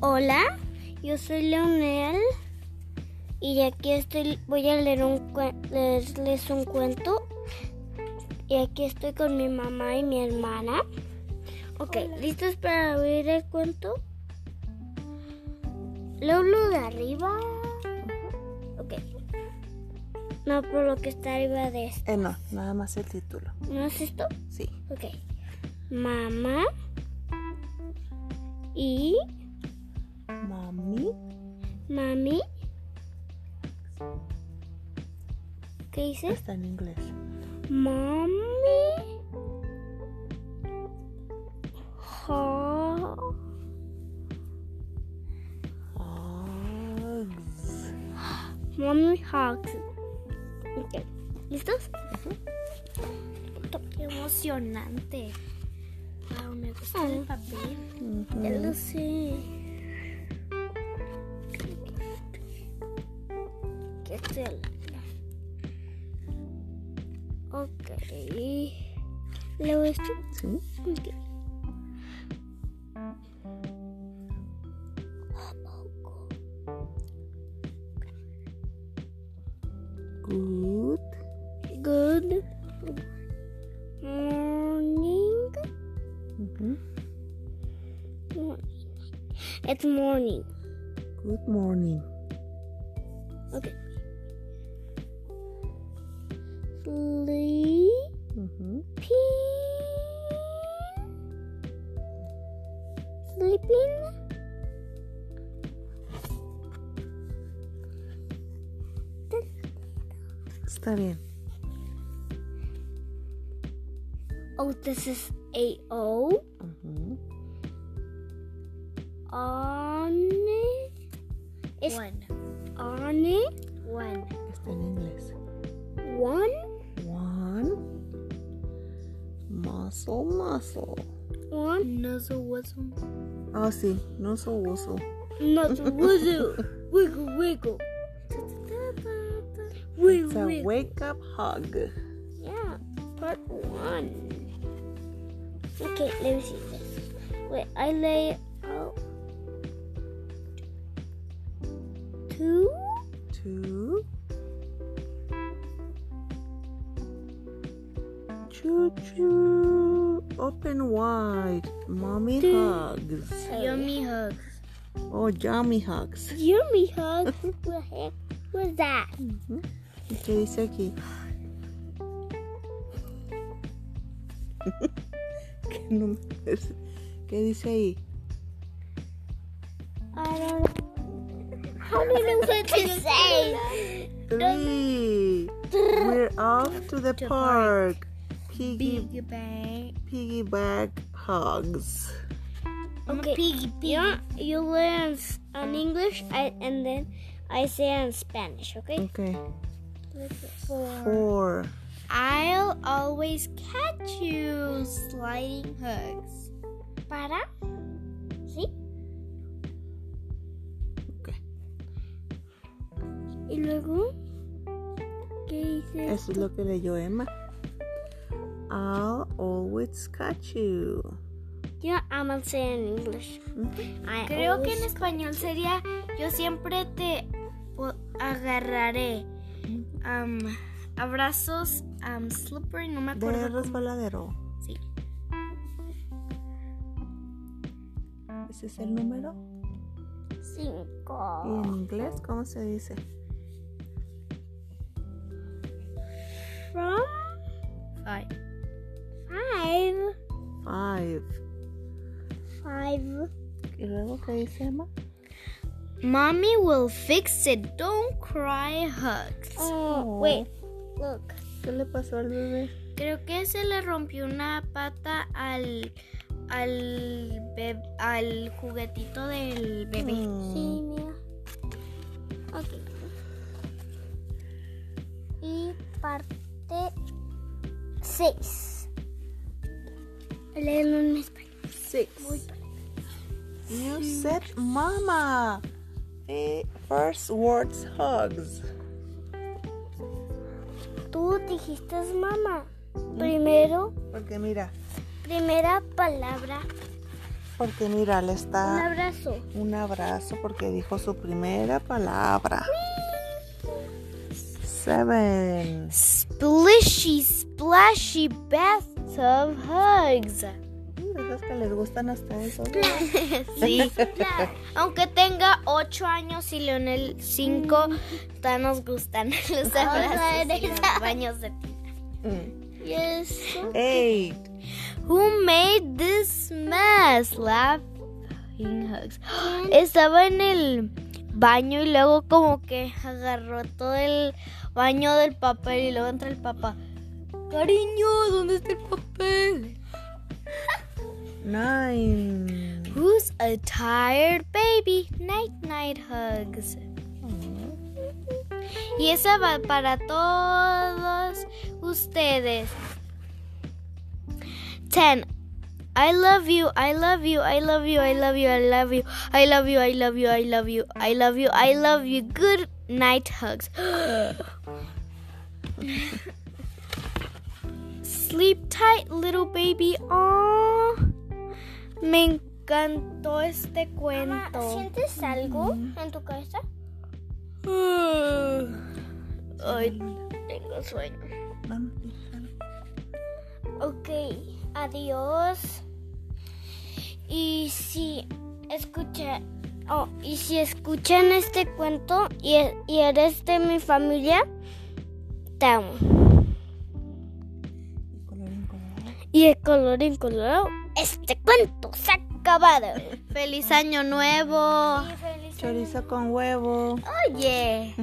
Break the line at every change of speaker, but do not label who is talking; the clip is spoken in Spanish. Hola, yo soy Leonel y aquí estoy, voy a leer un, cuen- leerles un cuento y aquí estoy con mi mamá y mi hermana. Ok, ¿listos para oír el cuento? ¿Lo hablo de arriba? Ok. No, por lo que está arriba de esto.
Eh, no, nada más el título.
¿No es esto?
Sí.
Ok. Mamá y
Mami,
mami. ¿Qué dices?
está en inglés.
Mommy. Ho-
Hugs.
Mommy hugs. Ok. ¿Listos? Qué emocionante. Wow, me gusta el papel.
Ujú.
Ya lo sé. ¿Qué estoy hablando? Ok. ¿Leo esto?
Sí.
Ok.
Good
Good morning.
ujú.
morning. It's morning.
Good morning.
Okay. Sleeping.
Ujú.
Sleeping.
Está bien.
Oh, this is A O.
Ujú.
On. It's one. On it. One.
Está en inglés.
One.
One. Muscle, muscle.
One. Nuzzle wuzzle.
Ah, sí. No so uso.
Nuzzle wuzzle. wiggle wiggle.
It's
Wiggle
a
wiggle.
wake up hug.
Yeah, part one. Okay, let me see this. Wait, I lay out two
Two. Choo choo. Open wide. Mommy
Choo.
hugs.
yummy hugs.
Oh, yummy hugs.
Yummy hugs? what the heck was that?
¿Y qué dice aquí? ¿Qué, no- es- ¿Qué dice ahí?
I don't know. How do you know what to say?
Three. We're off to the park. Piggy,
bang.
piggyback hugs.
Okay. Piggy, piggy. You, you learn on English I, and then I say in Spanish, okay?
Okay.
Four.
Four.
I'll always catch you. Sliding hugs. Para. ¿Sí?
Okay.
¿Y luego? ¿Qué dice?
Eso es lo que leyó Emma. I'll always catch you.
Yo amo el ser en inglés. I
Creo que
always-
en español sería yo siempre te po- agarraré. Am, abrazos, am, slippery, no me
De
acuerdo. cómo-
resbaladero.
Sí.
Ese es el número. ¿Y
Cinco.
en inglés cómo se dice?
From
Ay,
five.
Five.
Five.
¿Y luego qué dice Emma?
Mommy will fix it. Don't cry, hugs.
Oh, wait. Look.
¿Qué le pasó al bebé?
Creo que se le rompió una pata al al beb- al juguetito del bebé.
Sí, mira. Ok. Y parte 6. Léelo en español.
Six. You said mama. The first words hugs.
Tú dijiste
Mm.
mamá. Primero,
Porque mira,
primera palabra
porque mira, le
Un
Ah.
está
abrazo.
un abrazo porque dijo su primera palabra. Seven.
Splishy, splashy bathtub hugs.
Mm, Esas que les gustan hasta eso.
Sí. Aunque tenga 8 años y Leonel 5, ya nos gustan los abrazos y los baños de ti.
Mm.
Yes.
Eight.
Who made this mess? Laughing hugs. Estaba en el baño y luego como que agarró todo el baño del papel y luego entra el papá. Cariño, ¿dónde está el papel?
Nine.
Who's a tired baby? Night night hugs. Y esa va para todos ustedes. 10. I love you, I love you, I love you, I love you, I love you, I love you, I love you, I love you, I love you, I love you. Good night hugs. Sleep tight, little baby. Aww. Me encantó este
Ma,
cuento.
¿Sientes algo en tu cabeza?
Ah. Ay, tengo sueño.
Vamos, hija.
Ok, adiós. Y si escucha, oh, y si escuchan este cuento y, e- y eres de mi familia, te amo.
Y
Y el
colorín colorado.
color incolorado, este cuento se ha acabado.
¡Feliz Año Nuevo!
Y feliz-
Chorizo con huevo.
Oye,